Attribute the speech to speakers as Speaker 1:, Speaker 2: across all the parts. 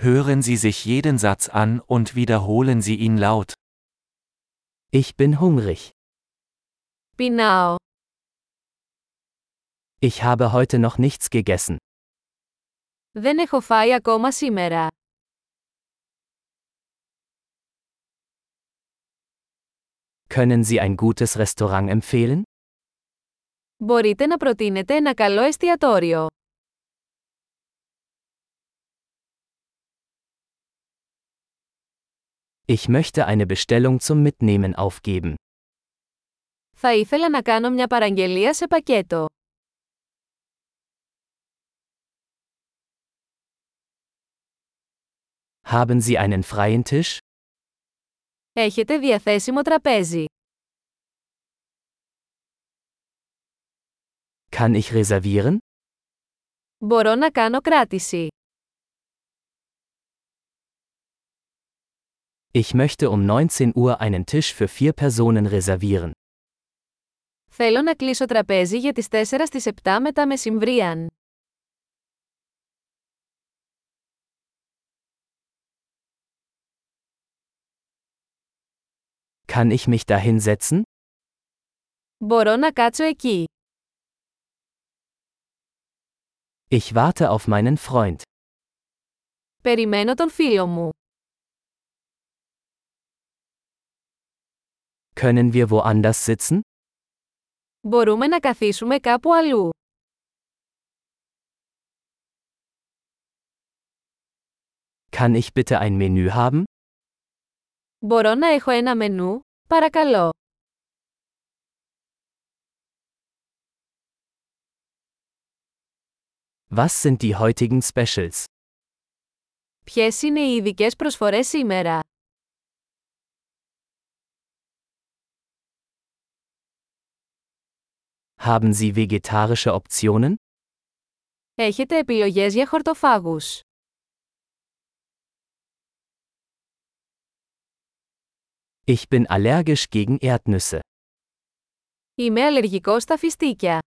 Speaker 1: Hören Sie sich jeden Satz an und wiederholen Sie ihn laut.
Speaker 2: Ich bin hungrig.
Speaker 3: Πεινάω.
Speaker 2: Ich habe heute noch nichts gegessen.
Speaker 3: Δεν έχω φάει ακόμα σήμερα.
Speaker 2: Können Sie ein gutes Restaurant empfehlen?
Speaker 3: Μπορείτε να προτείνετε ένα καλό εστιατόριο.
Speaker 2: Ich möchte eine Bestellung zum Mitnehmen aufgeben.
Speaker 3: Θα ήθελα να κάνω μια παραγγελία σε πακέτο.
Speaker 2: Haben Sie einen freien Tisch?
Speaker 3: Έχετε διαθέσιμο τραπέζι.
Speaker 2: Kann ich reservieren?
Speaker 3: Μπορώ να κάνω κράτηση.
Speaker 2: Ich möchte um 19 Uhr einen Tisch für vier Personen reservieren.
Speaker 3: Θέλω να κλείσω τραπέζι για τις 4 στις 7 μετά μεσημβρίαν.
Speaker 2: Kann ich mich da hinsetzen?
Speaker 3: Μπορώ να κάτσω εκεί.
Speaker 2: Ich warte auf meinen Freund.
Speaker 3: Περιμένω τον φίλο μου.
Speaker 2: Können wir woanders sitzen?
Speaker 3: Μπορούμε να καθίσουμε κάπου αλλού.
Speaker 2: Kann ich bitte ein Menü haben?
Speaker 3: Μπορώ να έχω ένα μενού, παρακαλώ.
Speaker 2: Was sind die heutigen Specials?
Speaker 3: Ποιες είναι οι ειδικές προσφορές σήμερα.
Speaker 2: Haben Sie vegetarische Optionen?
Speaker 3: Έχετε επιλογές για χορτοφάγους.
Speaker 2: Ich bin allergisch gegen Erdnüsse.
Speaker 3: Είμαι αλλεργικός στα φιστίκια.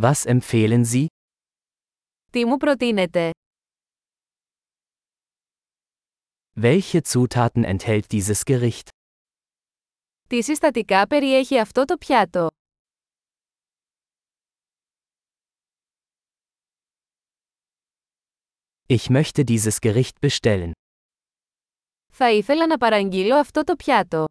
Speaker 2: Was empfehlen Sie?
Speaker 3: Τι μου προτείνετε.
Speaker 2: Welche Zutaten enthält dieses Gericht?
Speaker 3: Τι συστατικά περιέχει αυτό το πιάτο.
Speaker 2: Ich möchte dieses Gericht bestellen.
Speaker 3: Θα ήθελα να παραγγείλω αυτό το πιάτο.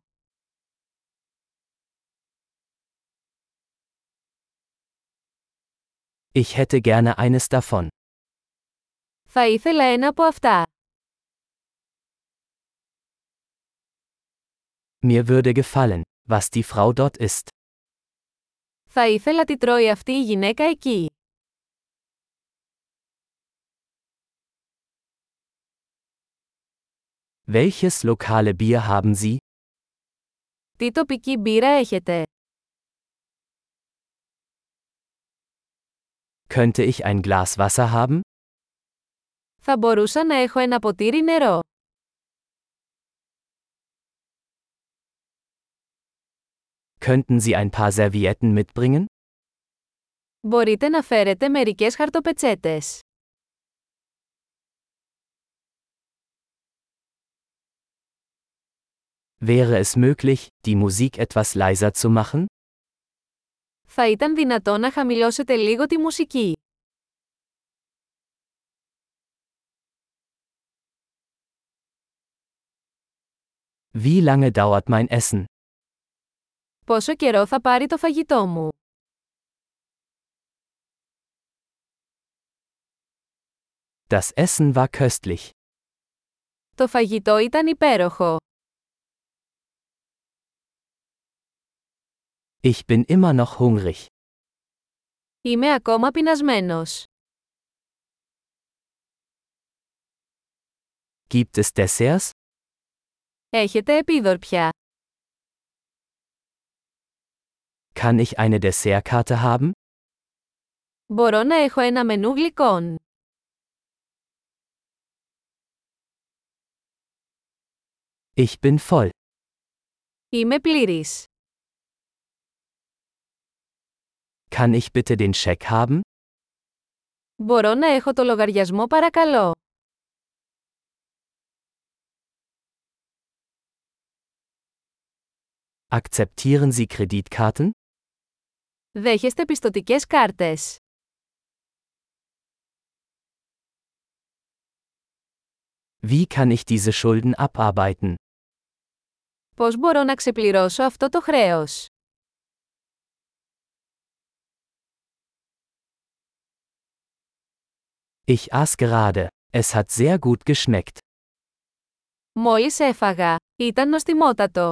Speaker 2: Ich hätte gerne eines davon.
Speaker 3: Θα ήθελα ένα από αυτά.
Speaker 2: Mir würde gefallen, was die Frau dort isst.
Speaker 3: Θα ήθελα τι τρώει αυτή η γυναίκα εκεί.
Speaker 2: Welches lokale Bier haben Sie?
Speaker 3: Τι τοπική μπύρα έχετε.
Speaker 2: Könnte ich ein Glas Wasser haben?
Speaker 3: Θα μπορούσα να έχω ένα ποτήρι νερό.
Speaker 2: Könnten Sie ein paar Servietten mitbringen?
Speaker 3: Μπορείτε να φέρετε μερικές χαρτοπετσέτες.
Speaker 2: Wäre es möglich, die Musik etwas leiser zu machen?
Speaker 3: Θα ήταν δυνατό να χαμηλώσετε λίγο τη μουσική.
Speaker 2: Wie lange dauert mein Essen?
Speaker 3: Πόσο καιρό θα πάρει το φαγητό μου.
Speaker 2: Das Essen war köstlich.
Speaker 3: Το φαγητό ήταν υπέροχο.
Speaker 2: Ich bin immer noch hungrig.
Speaker 3: Είμαι ακόμα πεινασμένος.
Speaker 2: Gibt es Desserts?
Speaker 3: Έχετε επίδορπια.
Speaker 2: Kann ich eine Dessertkarte haben?
Speaker 3: Μπορώ να έχω ένα μενού γλυκών.
Speaker 2: Ich bin voll.
Speaker 3: Είμαι πλήρης.
Speaker 2: Kann ich bitte den Scheck haben?
Speaker 3: Μπορώ να έχω το λογαριασμό παρακαλώ.
Speaker 2: Akzeptieren Sie Kreditkarten?
Speaker 3: Δέχεστε πιστωτικές κάρτες.
Speaker 2: Wie kann ich diese Schulden abarbeiten?
Speaker 3: Πώς μπορώ να ξεπληρώσω αυτό το χρέος.
Speaker 2: Ich aß gerade. Es hat sehr gut geschmeckt.
Speaker 3: Μόλις έφαγα. Ήταν νοστιμότατο.